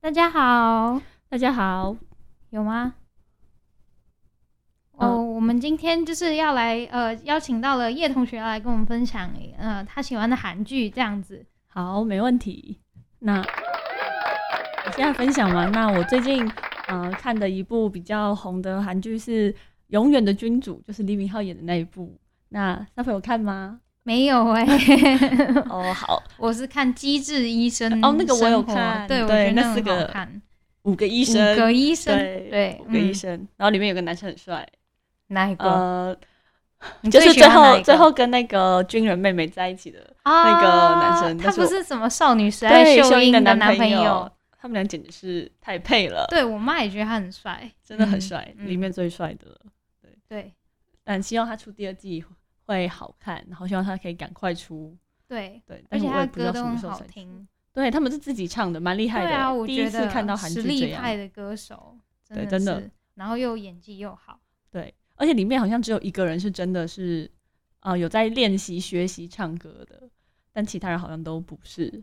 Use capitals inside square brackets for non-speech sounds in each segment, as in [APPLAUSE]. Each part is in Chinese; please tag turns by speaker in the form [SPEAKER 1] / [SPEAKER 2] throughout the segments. [SPEAKER 1] 大家好，
[SPEAKER 2] 大家好，
[SPEAKER 1] 有吗？
[SPEAKER 2] 嗯
[SPEAKER 1] 哦，我们今天就是要来呃，邀请到了叶同学要来跟我们分享呃他喜欢的韩剧这样子。
[SPEAKER 2] 好，没问题。那我现在分享完，那我最近呃看的一部比较红的韩剧是《永远的君主》，就是李敏镐演的那一部。那三朋有看吗？
[SPEAKER 1] 没有哎、
[SPEAKER 2] [LAUGHS] 哦，好，
[SPEAKER 1] 我是看《机智医生》
[SPEAKER 2] 哦那个我有
[SPEAKER 1] 生活
[SPEAKER 2] 看
[SPEAKER 1] 对，我
[SPEAKER 2] 对
[SPEAKER 1] 觉得
[SPEAKER 2] 那
[SPEAKER 1] 很
[SPEAKER 2] 是个
[SPEAKER 1] 好看。
[SPEAKER 2] 五个医
[SPEAKER 1] 五
[SPEAKER 2] 生，
[SPEAKER 1] 个医生，
[SPEAKER 2] 对
[SPEAKER 1] 对
[SPEAKER 2] 五个医
[SPEAKER 1] 嗯
[SPEAKER 2] 生，然后里面有个男生很帅，
[SPEAKER 1] 哪一个？
[SPEAKER 2] 呃，
[SPEAKER 1] 你
[SPEAKER 2] 就是
[SPEAKER 1] 喜
[SPEAKER 2] 最
[SPEAKER 1] 欢哪一
[SPEAKER 2] 后
[SPEAKER 1] 个
[SPEAKER 2] 最后跟那个军人妹妹在一起的，那个男生
[SPEAKER 1] 啊
[SPEAKER 2] 但
[SPEAKER 1] 他
[SPEAKER 2] 是
[SPEAKER 1] 不
[SPEAKER 2] 我
[SPEAKER 1] 是什么少女时代
[SPEAKER 2] 对，
[SPEAKER 1] 秀
[SPEAKER 2] 英
[SPEAKER 1] 英的
[SPEAKER 2] 男
[SPEAKER 1] 男朋友。，
[SPEAKER 2] 他们俩简直是太配了，
[SPEAKER 1] 对我妈也觉得他很帅，
[SPEAKER 2] 真的很
[SPEAKER 1] 嗯
[SPEAKER 2] 帅，
[SPEAKER 1] 嗯
[SPEAKER 2] 里面最帅的了。
[SPEAKER 1] 对
[SPEAKER 2] 但希望他出第二季会好看，然后希望他可以赶快出。
[SPEAKER 1] 对，
[SPEAKER 2] 对，
[SPEAKER 1] 而
[SPEAKER 2] 但是
[SPEAKER 1] 且
[SPEAKER 2] 我
[SPEAKER 1] 他
[SPEAKER 2] 也
[SPEAKER 1] 的
[SPEAKER 2] 不知道
[SPEAKER 1] 歌
[SPEAKER 2] 什
[SPEAKER 1] 都
[SPEAKER 2] 么
[SPEAKER 1] 很
[SPEAKER 2] 时候
[SPEAKER 1] 好
[SPEAKER 2] 才出。
[SPEAKER 1] 听。
[SPEAKER 2] 对他们是自己唱的，蛮厉害
[SPEAKER 1] 对
[SPEAKER 2] 的。
[SPEAKER 1] 啊，我
[SPEAKER 2] 第
[SPEAKER 1] 觉
[SPEAKER 2] 一次
[SPEAKER 1] 得
[SPEAKER 2] 看到韩
[SPEAKER 1] 实
[SPEAKER 2] 剧这
[SPEAKER 1] 力派
[SPEAKER 2] 样。
[SPEAKER 1] 的歌手，
[SPEAKER 2] 对
[SPEAKER 1] 真
[SPEAKER 2] 真
[SPEAKER 1] 的
[SPEAKER 2] 的
[SPEAKER 1] 是，然后又演技又好，
[SPEAKER 2] 对，而且里面好像只有一个人是真的是，呃，有在练习学习唱歌的，但其他人好像都不是。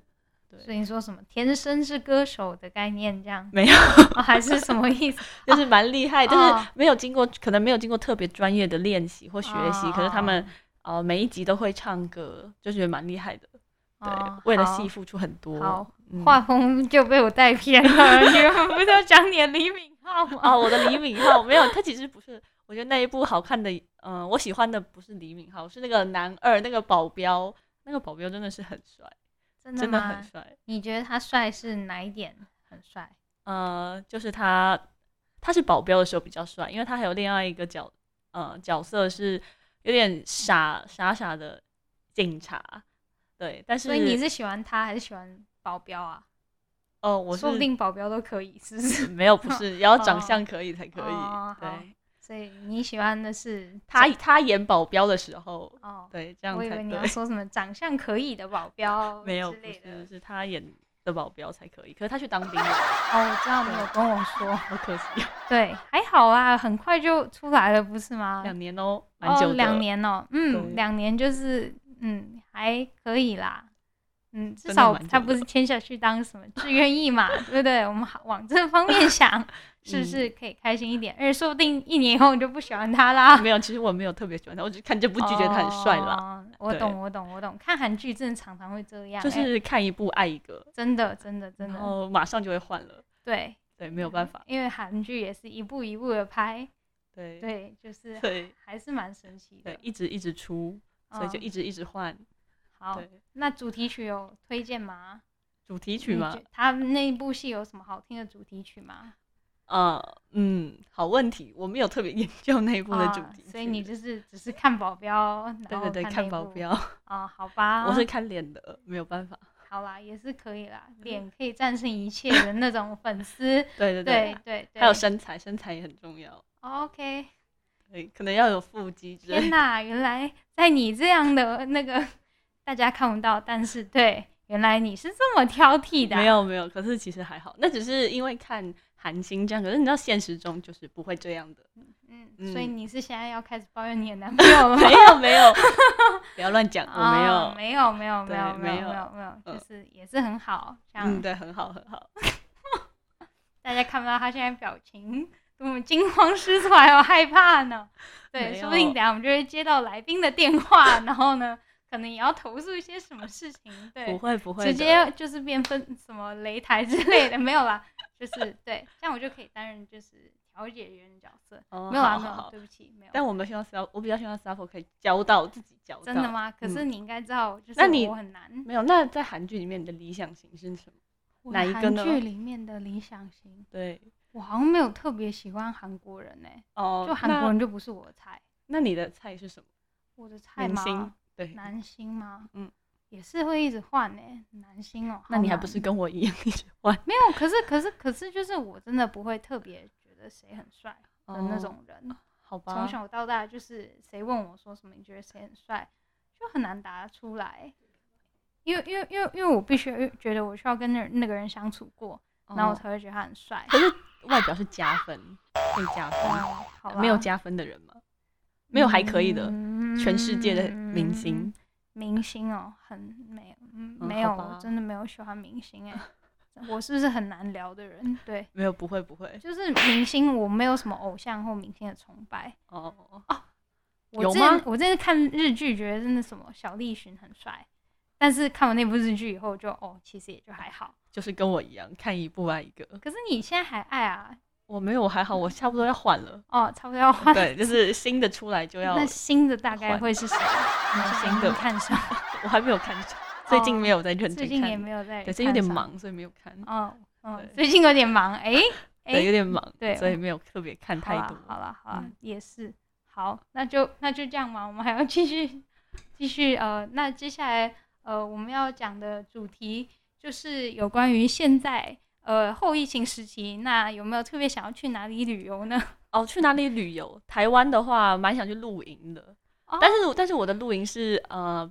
[SPEAKER 1] 所以你说什么天生是歌手的概念这样，
[SPEAKER 2] 没有，
[SPEAKER 1] 哦还是什么意思？
[SPEAKER 2] 就是蛮厉害，但
[SPEAKER 1] 哦
[SPEAKER 2] 是没有经过，可能没有经过特别专业的练习或学习，
[SPEAKER 1] 哦
[SPEAKER 2] 可是他们呃每一集都会唱歌，就觉得蛮厉害的。 [LAUGHS] 对，
[SPEAKER 1] 哦
[SPEAKER 2] 为了
[SPEAKER 1] 好
[SPEAKER 2] 戏付出很多。
[SPEAKER 1] 好
[SPEAKER 2] 嗯
[SPEAKER 1] 画风就被我带偏了，你们不是要讲你的李敏镐
[SPEAKER 2] [LAUGHS]
[SPEAKER 1] 吗？
[SPEAKER 2] 哦，我的李敏镐没有，他其实不是，我觉得那一部好看的，嗯、我喜欢的不是李敏镐，是那个男二那个保镖，那个保镖真的是很帅，
[SPEAKER 1] 真的
[SPEAKER 2] 真的很
[SPEAKER 1] 吗？
[SPEAKER 2] 帅。
[SPEAKER 1] 你觉得他帅是哪一点很帅？
[SPEAKER 2] 呃，就是他，他是保镖的时候比较帅，因为他还有另外一个角，呃，角色是有点傻傻傻的警察，对，但是
[SPEAKER 1] 所以你是喜欢他还是喜欢保镖啊？
[SPEAKER 2] 哦，我是
[SPEAKER 1] 说不定保镖都可以，是不
[SPEAKER 2] [LAUGHS]
[SPEAKER 1] 是？
[SPEAKER 2] 没有不是，要长
[SPEAKER 1] 哦
[SPEAKER 2] 相可以才可以，
[SPEAKER 1] 哦好
[SPEAKER 2] 对
[SPEAKER 1] 所以你喜欢的是
[SPEAKER 2] 他他演保镖的时候，
[SPEAKER 1] 哦，
[SPEAKER 2] 对，这样
[SPEAKER 1] 我
[SPEAKER 2] 才
[SPEAKER 1] 以
[SPEAKER 2] 对。
[SPEAKER 1] 为你要说什么长相可以的保镖
[SPEAKER 2] [LAUGHS] 没有，
[SPEAKER 1] 之
[SPEAKER 2] 不
[SPEAKER 1] 类的
[SPEAKER 2] 是，。是他演的保镖才可以。可是他去当兵了，
[SPEAKER 1] 哦，我知道你有跟我说，
[SPEAKER 2] 好可惜，啊
[SPEAKER 1] 对，还好啊，很快就出来了，不是吗？
[SPEAKER 2] 两年哦，蛮久
[SPEAKER 1] 哦，
[SPEAKER 2] 的。
[SPEAKER 1] 两，年哦，嗯，
[SPEAKER 2] 对
[SPEAKER 1] 两年就是嗯还可以啦，嗯，至
[SPEAKER 2] 真的
[SPEAKER 1] 少
[SPEAKER 2] 蛮久
[SPEAKER 1] 他不是签下去当什么志愿役嘛，对不对？我们好往这方面
[SPEAKER 2] [LAUGHS]
[SPEAKER 1] 想，是不
[SPEAKER 2] 嗯
[SPEAKER 1] 是可以开心一点？而且说不定一年以后你就不喜欢他
[SPEAKER 2] [LAUGHS]
[SPEAKER 1] 啦。
[SPEAKER 2] 没有。其实我没有特别喜欢他，我只是看这部剧觉得他很帅啦。
[SPEAKER 1] 哦我
[SPEAKER 2] 对
[SPEAKER 1] 懂，我懂，我懂。看韩剧真的常常会这样、
[SPEAKER 2] 就
[SPEAKER 1] 欸
[SPEAKER 2] 是看一部爱一个，
[SPEAKER 1] 真的，真的，嗯真
[SPEAKER 2] 然
[SPEAKER 1] 的，
[SPEAKER 2] 后马上就会换了。
[SPEAKER 1] 对，
[SPEAKER 2] 对，没有办法。
[SPEAKER 1] 因为韩剧也是一步一步的拍，
[SPEAKER 2] 对
[SPEAKER 1] 对，就是
[SPEAKER 2] 对
[SPEAKER 1] 还是蛮神奇的
[SPEAKER 2] 对。，一直一直出，所以就
[SPEAKER 1] 嗯
[SPEAKER 2] 一直一直换。
[SPEAKER 1] 好。
[SPEAKER 2] 对，
[SPEAKER 1] 那主题曲有推荐吗？
[SPEAKER 2] 主题曲
[SPEAKER 1] 你
[SPEAKER 2] 嘛
[SPEAKER 1] 觉，他那一部戏有什么好听的主题曲吗？
[SPEAKER 2] 呃嗯，好问题，我没有特别研究那一部的主题曲。
[SPEAKER 1] 哦啊所以你就是只是看保镖，
[SPEAKER 2] 对
[SPEAKER 1] 然后
[SPEAKER 2] 对对，
[SPEAKER 1] 那
[SPEAKER 2] 看
[SPEAKER 1] 一
[SPEAKER 2] 保
[SPEAKER 1] 部
[SPEAKER 2] 镖，
[SPEAKER 1] 啊、好吧，
[SPEAKER 2] 我是嗯看脸的，没有办法。
[SPEAKER 1] 好啦，也是可以啦，脸可以战胜一切的那种粉丝，
[SPEAKER 2] [LAUGHS] 对对
[SPEAKER 1] 对对对，
[SPEAKER 2] 还有身材，身材也很重要。
[SPEAKER 1] OK，
[SPEAKER 2] 对，可能要有腹肌之类
[SPEAKER 1] 天
[SPEAKER 2] 的。
[SPEAKER 1] 哪，原来在你这样的那个大家看不到，但是对，原来你是这么挑剔的啊、
[SPEAKER 2] 没有没有，可是其实还好，那只是因为看韩星这样，可是你知道现实中就是不会这样
[SPEAKER 1] [LAUGHS]
[SPEAKER 2] 的。
[SPEAKER 1] 嗯，
[SPEAKER 2] 嗯
[SPEAKER 1] 所以你是现在要开始抱怨你的男朋
[SPEAKER 2] [LAUGHS]
[SPEAKER 1] 友了吗？
[SPEAKER 2] 没有没
[SPEAKER 1] [LAUGHS]
[SPEAKER 2] 有，不要乱讲，我没有。
[SPEAKER 1] 哦没有，没有，没
[SPEAKER 2] 对
[SPEAKER 1] 有，没有，
[SPEAKER 2] 没有
[SPEAKER 1] 没有，没有，就
[SPEAKER 2] 嗯
[SPEAKER 1] 是也是很好，这样、
[SPEAKER 2] 嗯，对，很好很好。
[SPEAKER 1] 大家看不到他现在表情多么惊慌失措，还有害怕呢。对，
[SPEAKER 2] 没有
[SPEAKER 1] 说不定等一下我们就会接到来宾的电话，然后呢，可能也要投诉一些什么事情，
[SPEAKER 2] 不
[SPEAKER 1] 对，
[SPEAKER 2] 会不会的，
[SPEAKER 1] 直接就是变分什么擂台之类的，没有啦，就是对，这样我就可以担任就是调解员的角色，
[SPEAKER 2] 哦
[SPEAKER 1] 没有啦，
[SPEAKER 2] 好
[SPEAKER 1] 没
[SPEAKER 2] 好
[SPEAKER 1] 有，
[SPEAKER 2] 好
[SPEAKER 1] 对不起，没有。
[SPEAKER 2] 但我们希望 s 我比较希望 s a p o 可以教到自己教到。嗯
[SPEAKER 1] 真的？吗？可是你应该知道，就是
[SPEAKER 2] 那你
[SPEAKER 1] 我很难。
[SPEAKER 2] 没有。那在韩剧里面，你的理想型是什么？
[SPEAKER 1] 我
[SPEAKER 2] 哪一个呢
[SPEAKER 1] 韩剧里面的理想型，
[SPEAKER 2] 对，
[SPEAKER 1] 我好像没有特别喜欢韩国人呢、
[SPEAKER 2] 哦，
[SPEAKER 1] 就韩国人就不是我的菜。
[SPEAKER 2] 那。那你的菜是什么？
[SPEAKER 1] 我的菜
[SPEAKER 2] 明
[SPEAKER 1] 吗？
[SPEAKER 2] 星？对，
[SPEAKER 1] 男星吗？
[SPEAKER 2] 嗯，也
[SPEAKER 1] 也是会一直换诶、男星哦、
[SPEAKER 2] 那你
[SPEAKER 1] 好
[SPEAKER 2] 还
[SPEAKER 1] 难
[SPEAKER 2] 不是跟我一样 [LAUGHS] 一直换
[SPEAKER 1] 没有？可是可是可是，就是我真的不会特别觉得谁很帅的那？
[SPEAKER 2] 哦
[SPEAKER 1] 种人。
[SPEAKER 2] 好吧，
[SPEAKER 1] 从、小到大，就是谁问我说什么，你觉得谁很帅，就很难答出来。因为因为因为因为我必须觉得我需要跟那那个人相处过，然后我
[SPEAKER 2] 哦
[SPEAKER 1] 才会觉得他很帅。
[SPEAKER 2] 可是外表是加分，会加分，
[SPEAKER 1] 哦好吧
[SPEAKER 2] 没有加分的人吗？没有还可以的，全世界的明
[SPEAKER 1] 嗯
[SPEAKER 2] 星，
[SPEAKER 1] 明星哦，很没有，嗯
[SPEAKER 2] 嗯
[SPEAKER 1] 没有，
[SPEAKER 2] 好吧 [LAUGHS]
[SPEAKER 1] 我真的没有喜欢明星哎、我是不是很难聊的人？对，
[SPEAKER 2] 没有，不会不会。
[SPEAKER 1] 就是明星，我没有什么偶像或明星的崇拜。
[SPEAKER 2] 哦，
[SPEAKER 1] 我
[SPEAKER 2] 有
[SPEAKER 1] 之前
[SPEAKER 2] 吗
[SPEAKER 1] 我之前看日剧，觉得真的什么小栗旬很帅，但是看完那部日剧以后就，哦，其实也就还好。
[SPEAKER 2] 就是跟我一样，看一部爱一个。
[SPEAKER 1] 可是你现在还爱啊？
[SPEAKER 2] 我没有，我还好，我差不多要换
[SPEAKER 1] [LAUGHS]
[SPEAKER 2] 了。
[SPEAKER 1] 哦，差不多要换。
[SPEAKER 2] 对，就是新的出来就要，
[SPEAKER 1] [LAUGHS] 那新的大概
[SPEAKER 2] 换
[SPEAKER 1] 会是谁？
[SPEAKER 2] 新
[SPEAKER 1] 你
[SPEAKER 2] 的
[SPEAKER 1] 看上，
[SPEAKER 2] 我还没有看，最近没有在认真看。
[SPEAKER 1] 最近也没有在，
[SPEAKER 2] 对，最近有点。忙，所以没有看。
[SPEAKER 1] 哦，嗯
[SPEAKER 2] 对，
[SPEAKER 1] 最近有点
[SPEAKER 2] [LAUGHS]
[SPEAKER 1] 忙，哎、哎、
[SPEAKER 2] 对，有点忙，
[SPEAKER 1] 对
[SPEAKER 2] 所以没有特别看太
[SPEAKER 1] 好
[SPEAKER 2] 多
[SPEAKER 1] 啦。好了好了、
[SPEAKER 2] 嗯
[SPEAKER 1] 也是好，那就那就这样嘛，我们还要继续继续呃，那接下来呃我们要讲的主题就是有关于现在呃后疫情时期，那有没有特别想要去哪里旅游呢？
[SPEAKER 2] 哦，去哪里旅游？台湾的话，蛮想去露营的，
[SPEAKER 1] 哦
[SPEAKER 2] 但是但是我的露营是呃，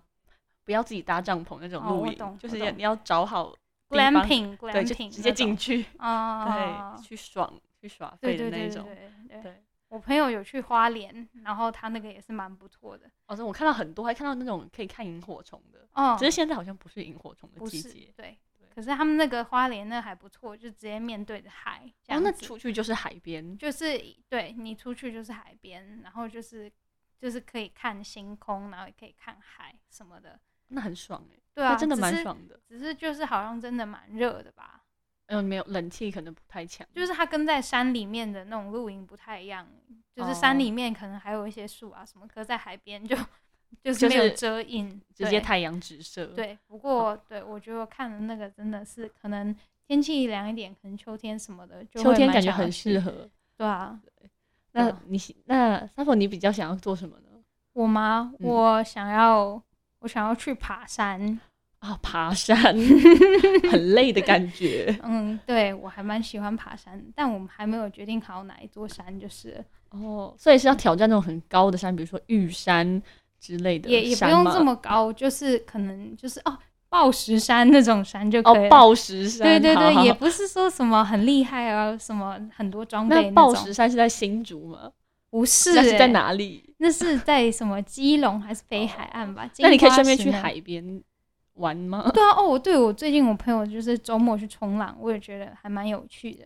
[SPEAKER 2] 不要自己搭帐篷那种
[SPEAKER 1] 哦
[SPEAKER 2] 露
[SPEAKER 1] 我
[SPEAKER 2] 营，
[SPEAKER 1] 懂
[SPEAKER 2] 就
[SPEAKER 1] 我
[SPEAKER 2] 是要
[SPEAKER 1] 懂
[SPEAKER 2] 你要找好地方
[SPEAKER 1] glamping
[SPEAKER 2] 对，就
[SPEAKER 1] glamping
[SPEAKER 2] 直接进去，
[SPEAKER 1] 啊
[SPEAKER 2] 对，，去爽去耍
[SPEAKER 1] 对
[SPEAKER 2] 废
[SPEAKER 1] 对
[SPEAKER 2] 的
[SPEAKER 1] 对
[SPEAKER 2] 那
[SPEAKER 1] 对
[SPEAKER 2] 种。
[SPEAKER 1] 对对
[SPEAKER 2] 对
[SPEAKER 1] 我朋友有去花莲，然后他那个也是蛮不错的
[SPEAKER 2] 好像哦我看到很多，还看到那种可以看萤火虫的，
[SPEAKER 1] 哦，
[SPEAKER 2] 只是现在好像不是萤火虫的
[SPEAKER 1] 不
[SPEAKER 2] 季
[SPEAKER 1] 是
[SPEAKER 2] 节。
[SPEAKER 1] 对
[SPEAKER 2] 对。
[SPEAKER 1] 可是他们那个花莲那还不错，就直接面对着海。这
[SPEAKER 2] 哦，
[SPEAKER 1] 样
[SPEAKER 2] 那
[SPEAKER 1] 子
[SPEAKER 2] 出去就是海边，
[SPEAKER 1] 就是对你出去就是海边，然后就是就是可以看星空，然后也可以看海什么的。
[SPEAKER 2] 那很爽哎、
[SPEAKER 1] 对啊，
[SPEAKER 2] 那真的
[SPEAKER 1] 只
[SPEAKER 2] 蛮
[SPEAKER 1] 是。
[SPEAKER 2] 爽的。
[SPEAKER 1] 只是就是好像真的蛮热的吧，
[SPEAKER 2] 嗯，没有冷气可能不太强，
[SPEAKER 1] 就是它跟在山里面的那种露营不太一样，就是山
[SPEAKER 2] 哦
[SPEAKER 1] 里面可能还有一些树啊什么，可是在海边就 [LAUGHS] 就是
[SPEAKER 2] 就
[SPEAKER 1] 没有
[SPEAKER 2] 是
[SPEAKER 1] 遮阴，
[SPEAKER 2] 直
[SPEAKER 1] 对
[SPEAKER 2] 接太阳直射。，
[SPEAKER 1] 对，不过对我觉得我看的那个真的是可能天气凉一点，可能秋天什么的，就
[SPEAKER 2] 秋
[SPEAKER 1] 会
[SPEAKER 2] 天
[SPEAKER 1] 蛮
[SPEAKER 2] 感觉
[SPEAKER 1] 想要
[SPEAKER 2] 很
[SPEAKER 1] 去
[SPEAKER 2] 适。合。嗯
[SPEAKER 1] 对啊，
[SPEAKER 2] 那
[SPEAKER 1] 对
[SPEAKER 2] 你喜那 s a 你比较想要做什么呢？
[SPEAKER 1] 我吗？
[SPEAKER 2] 嗯
[SPEAKER 1] 我想要，我想要去爬山。
[SPEAKER 2] 啊，
[SPEAKER 1] [LAUGHS]
[SPEAKER 2] 爬山，很累的感觉。
[SPEAKER 1] 嗯，对我还蛮喜欢爬山，但我们还没有决定好哪一座山，就是了
[SPEAKER 2] 哦，所以是要挑战那种很高的山，比如说玉山之类的
[SPEAKER 1] 也也不
[SPEAKER 2] 呃山
[SPEAKER 1] 用
[SPEAKER 2] 吗
[SPEAKER 1] 这么高，就是可能就是哦，报石山那种山就可以
[SPEAKER 2] 哦，
[SPEAKER 1] 了。
[SPEAKER 2] 暴石山。
[SPEAKER 1] 对对对，
[SPEAKER 2] 好好
[SPEAKER 1] 也
[SPEAKER 2] 好
[SPEAKER 1] 不是说什么很厉害啊，什么很多装备
[SPEAKER 2] 那暴
[SPEAKER 1] 种
[SPEAKER 2] 石山是在新竹吗？
[SPEAKER 1] 不是、
[SPEAKER 2] 那是在
[SPEAKER 1] 欸？
[SPEAKER 2] 哪里？
[SPEAKER 1] 那是在什么基隆还是北海岸吧？
[SPEAKER 2] 那你可以顺
[SPEAKER 1] 金
[SPEAKER 2] 便
[SPEAKER 1] 瓜石
[SPEAKER 2] 去
[SPEAKER 1] 那
[SPEAKER 2] 海边玩吗？ [LAUGHS]
[SPEAKER 1] 对啊，哦，对我最近我朋友就是周末去冲浪，我也觉得还蛮有趣的。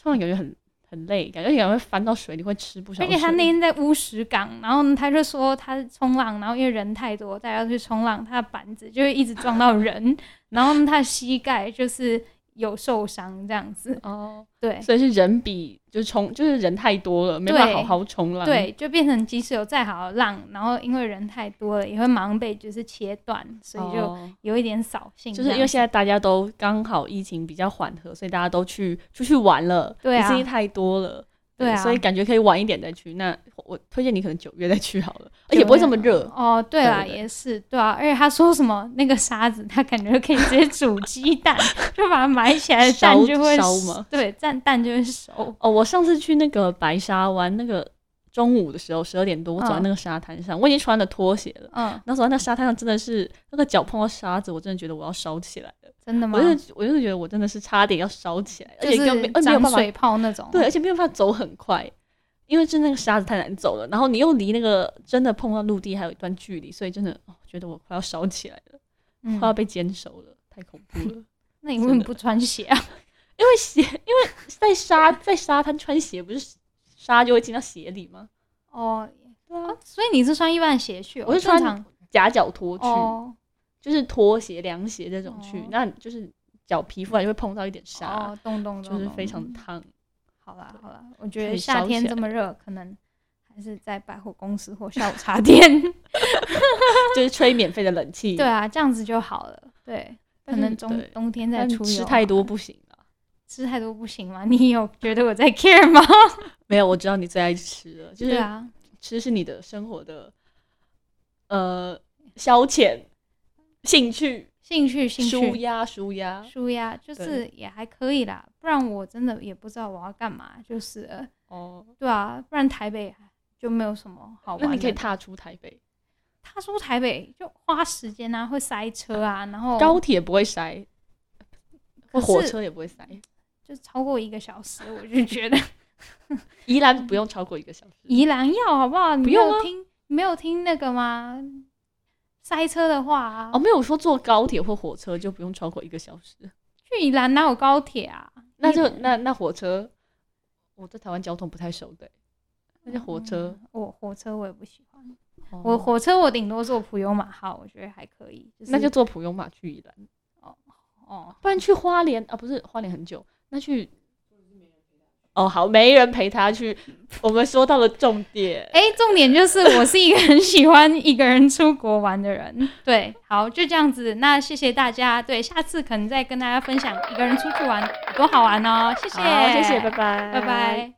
[SPEAKER 2] 冲浪感觉很很累，感觉你感觉会翻到水里会吃不少
[SPEAKER 1] 而
[SPEAKER 2] 水。
[SPEAKER 1] 且他那天在乌石港，然后呢他就说他冲浪，然后因为人太多，大家都去冲浪，他的板子就会一直撞到人，然后呢他的膝盖就是有受伤这样子。
[SPEAKER 2] 哦，
[SPEAKER 1] 对
[SPEAKER 2] 所以是人比就是冲就是人太多了，没办
[SPEAKER 1] 对
[SPEAKER 2] 法好好冲浪。
[SPEAKER 1] 对，就变成即使有再好的浪，然后因为人太多了，也会马上被就是切断，所以就
[SPEAKER 2] 哦
[SPEAKER 1] 有一点扫兴这
[SPEAKER 2] 就
[SPEAKER 1] 样子。
[SPEAKER 2] 是因为现在大家都刚好疫情比较缓和，所以大家都去出去玩了，
[SPEAKER 1] 对啊
[SPEAKER 2] 迪士尼太多了，
[SPEAKER 1] 对啊
[SPEAKER 2] 所以感觉可以晚一点再去。那我我推荐你可能九月再去好了，而且不会这么热。
[SPEAKER 1] 哦，对啦，
[SPEAKER 2] 对对对
[SPEAKER 1] 也是对啊，而且他说什么那个沙子，他感觉可以直接煮鸡蛋， [LAUGHS] 就把它埋起来，
[SPEAKER 2] 烧
[SPEAKER 1] 蛋就会
[SPEAKER 2] 烧吗
[SPEAKER 1] 对，蛋蛋就会熟。
[SPEAKER 2] 哦，我上次去那个白沙湾，那个中午的时候十二点多，我走在
[SPEAKER 1] 嗯
[SPEAKER 2] 那个沙滩上，我已经穿了拖鞋了。
[SPEAKER 1] 嗯，
[SPEAKER 2] 那时候在那沙滩上真的是那个脚碰到沙子，我真的觉得我要烧起来了。
[SPEAKER 1] 真的吗
[SPEAKER 2] 我？真的我真的觉得我真的是差点要烧起来，而
[SPEAKER 1] 就
[SPEAKER 2] 且根
[SPEAKER 1] 是
[SPEAKER 2] 本没有
[SPEAKER 1] 长
[SPEAKER 2] 办法
[SPEAKER 1] 水泡那种。
[SPEAKER 2] 对，而且没有办法走很快，因为真的那个沙子太难走了。然后你又离那个真的碰到陆地还有一段距离，所以真的、哦、觉得我快要烧起来了，
[SPEAKER 1] 嗯，
[SPEAKER 2] 快要被煎熟了，太恐怖
[SPEAKER 1] [LAUGHS]
[SPEAKER 2] 了。
[SPEAKER 1] 那你为什么不穿鞋
[SPEAKER 2] [LAUGHS]
[SPEAKER 1] 啊？
[SPEAKER 2] 因为鞋，因为在沙在沙滩穿鞋，不是沙就会进到鞋里吗？
[SPEAKER 1] 哦，
[SPEAKER 2] 对啊，
[SPEAKER 1] 所以你是穿一般鞋去哦？
[SPEAKER 2] 我是
[SPEAKER 1] 正
[SPEAKER 2] 穿
[SPEAKER 1] 常
[SPEAKER 2] 夹脚拖去，
[SPEAKER 1] 哦
[SPEAKER 2] 就是拖鞋、凉鞋这种去，
[SPEAKER 1] 哦
[SPEAKER 2] 那就是脚皮肤还啊就会碰到一点沙，
[SPEAKER 1] 哦，咚咚咚，
[SPEAKER 2] 就是
[SPEAKER 1] 咚
[SPEAKER 2] 非常
[SPEAKER 1] 咚
[SPEAKER 2] 烫。
[SPEAKER 1] 好啦好啦，我觉
[SPEAKER 2] 可
[SPEAKER 1] 得
[SPEAKER 2] 以
[SPEAKER 1] 夏
[SPEAKER 2] 烧
[SPEAKER 1] 天
[SPEAKER 2] 起
[SPEAKER 1] 这
[SPEAKER 2] 来
[SPEAKER 1] 么热，可能还是在百货公司或下午茶店。
[SPEAKER 2] 就是吹免费的冷气。
[SPEAKER 1] 对啊，这样子就好了。对，可
[SPEAKER 2] 但是
[SPEAKER 1] 能冬
[SPEAKER 2] 对
[SPEAKER 1] 冬天再
[SPEAKER 2] 但
[SPEAKER 1] 出游
[SPEAKER 2] 吃
[SPEAKER 1] 好
[SPEAKER 2] 太多
[SPEAKER 1] 了
[SPEAKER 2] 不行啊了。
[SPEAKER 1] 吃太多不行吗？ [LAUGHS] 你有觉得我在 care 吗？
[SPEAKER 2] 没有，我知道你最爱吃了，就是
[SPEAKER 1] 对啊，
[SPEAKER 2] 吃是你的生活的呃消遣、兴趣、
[SPEAKER 1] 兴趣兴
[SPEAKER 2] 舒
[SPEAKER 1] 趣
[SPEAKER 2] 压、舒压。
[SPEAKER 1] 舒压就是也还可以啦，不然我真的也不知道我要干嘛，就是了
[SPEAKER 2] 哦，
[SPEAKER 1] 对啊，不然台北就没有什么好玩
[SPEAKER 2] 那
[SPEAKER 1] 的。
[SPEAKER 2] 你可以踏出台北，
[SPEAKER 1] 他说台北就花时间啊，会塞车啊，然后
[SPEAKER 2] 高铁不会塞，
[SPEAKER 1] 可
[SPEAKER 2] 或
[SPEAKER 1] 是
[SPEAKER 2] 火车也不会塞。
[SPEAKER 1] 就超过一个小时，我就
[SPEAKER 2] [LAUGHS]
[SPEAKER 1] 觉得
[SPEAKER 2] 宜兰不用超过一个小时。
[SPEAKER 1] 宜兰要好不好？你
[SPEAKER 2] 不
[SPEAKER 1] 没有
[SPEAKER 2] 用啊
[SPEAKER 1] 听你没有听那个吗？塞车的话啊
[SPEAKER 2] 哦哦，没有说坐高铁或火车就不用超过一个小时。
[SPEAKER 1] 去宜兰哪有高铁啊？
[SPEAKER 2] 那就那那火车，我对台湾交通不太熟的、欸那就火车。
[SPEAKER 1] 嗯我火车我也不喜欢，
[SPEAKER 2] 哦
[SPEAKER 1] 我火车我顶多坐普悠玛号，我觉得还可以。是
[SPEAKER 2] 那就坐普悠玛去宜兰，
[SPEAKER 1] 哦，
[SPEAKER 2] 不然去花莲啊，不是花莲很久，那去。哦，好，没人陪他去。我们说到了重点，
[SPEAKER 1] 哎、重点就是我是一个很喜欢一个人出国玩的人。对，好，就这样子。那谢谢大家，对，下次可能再跟大家分享一个人出去玩有多好玩哦。谢谢，
[SPEAKER 2] 好，谢谢，拜拜，
[SPEAKER 1] 拜拜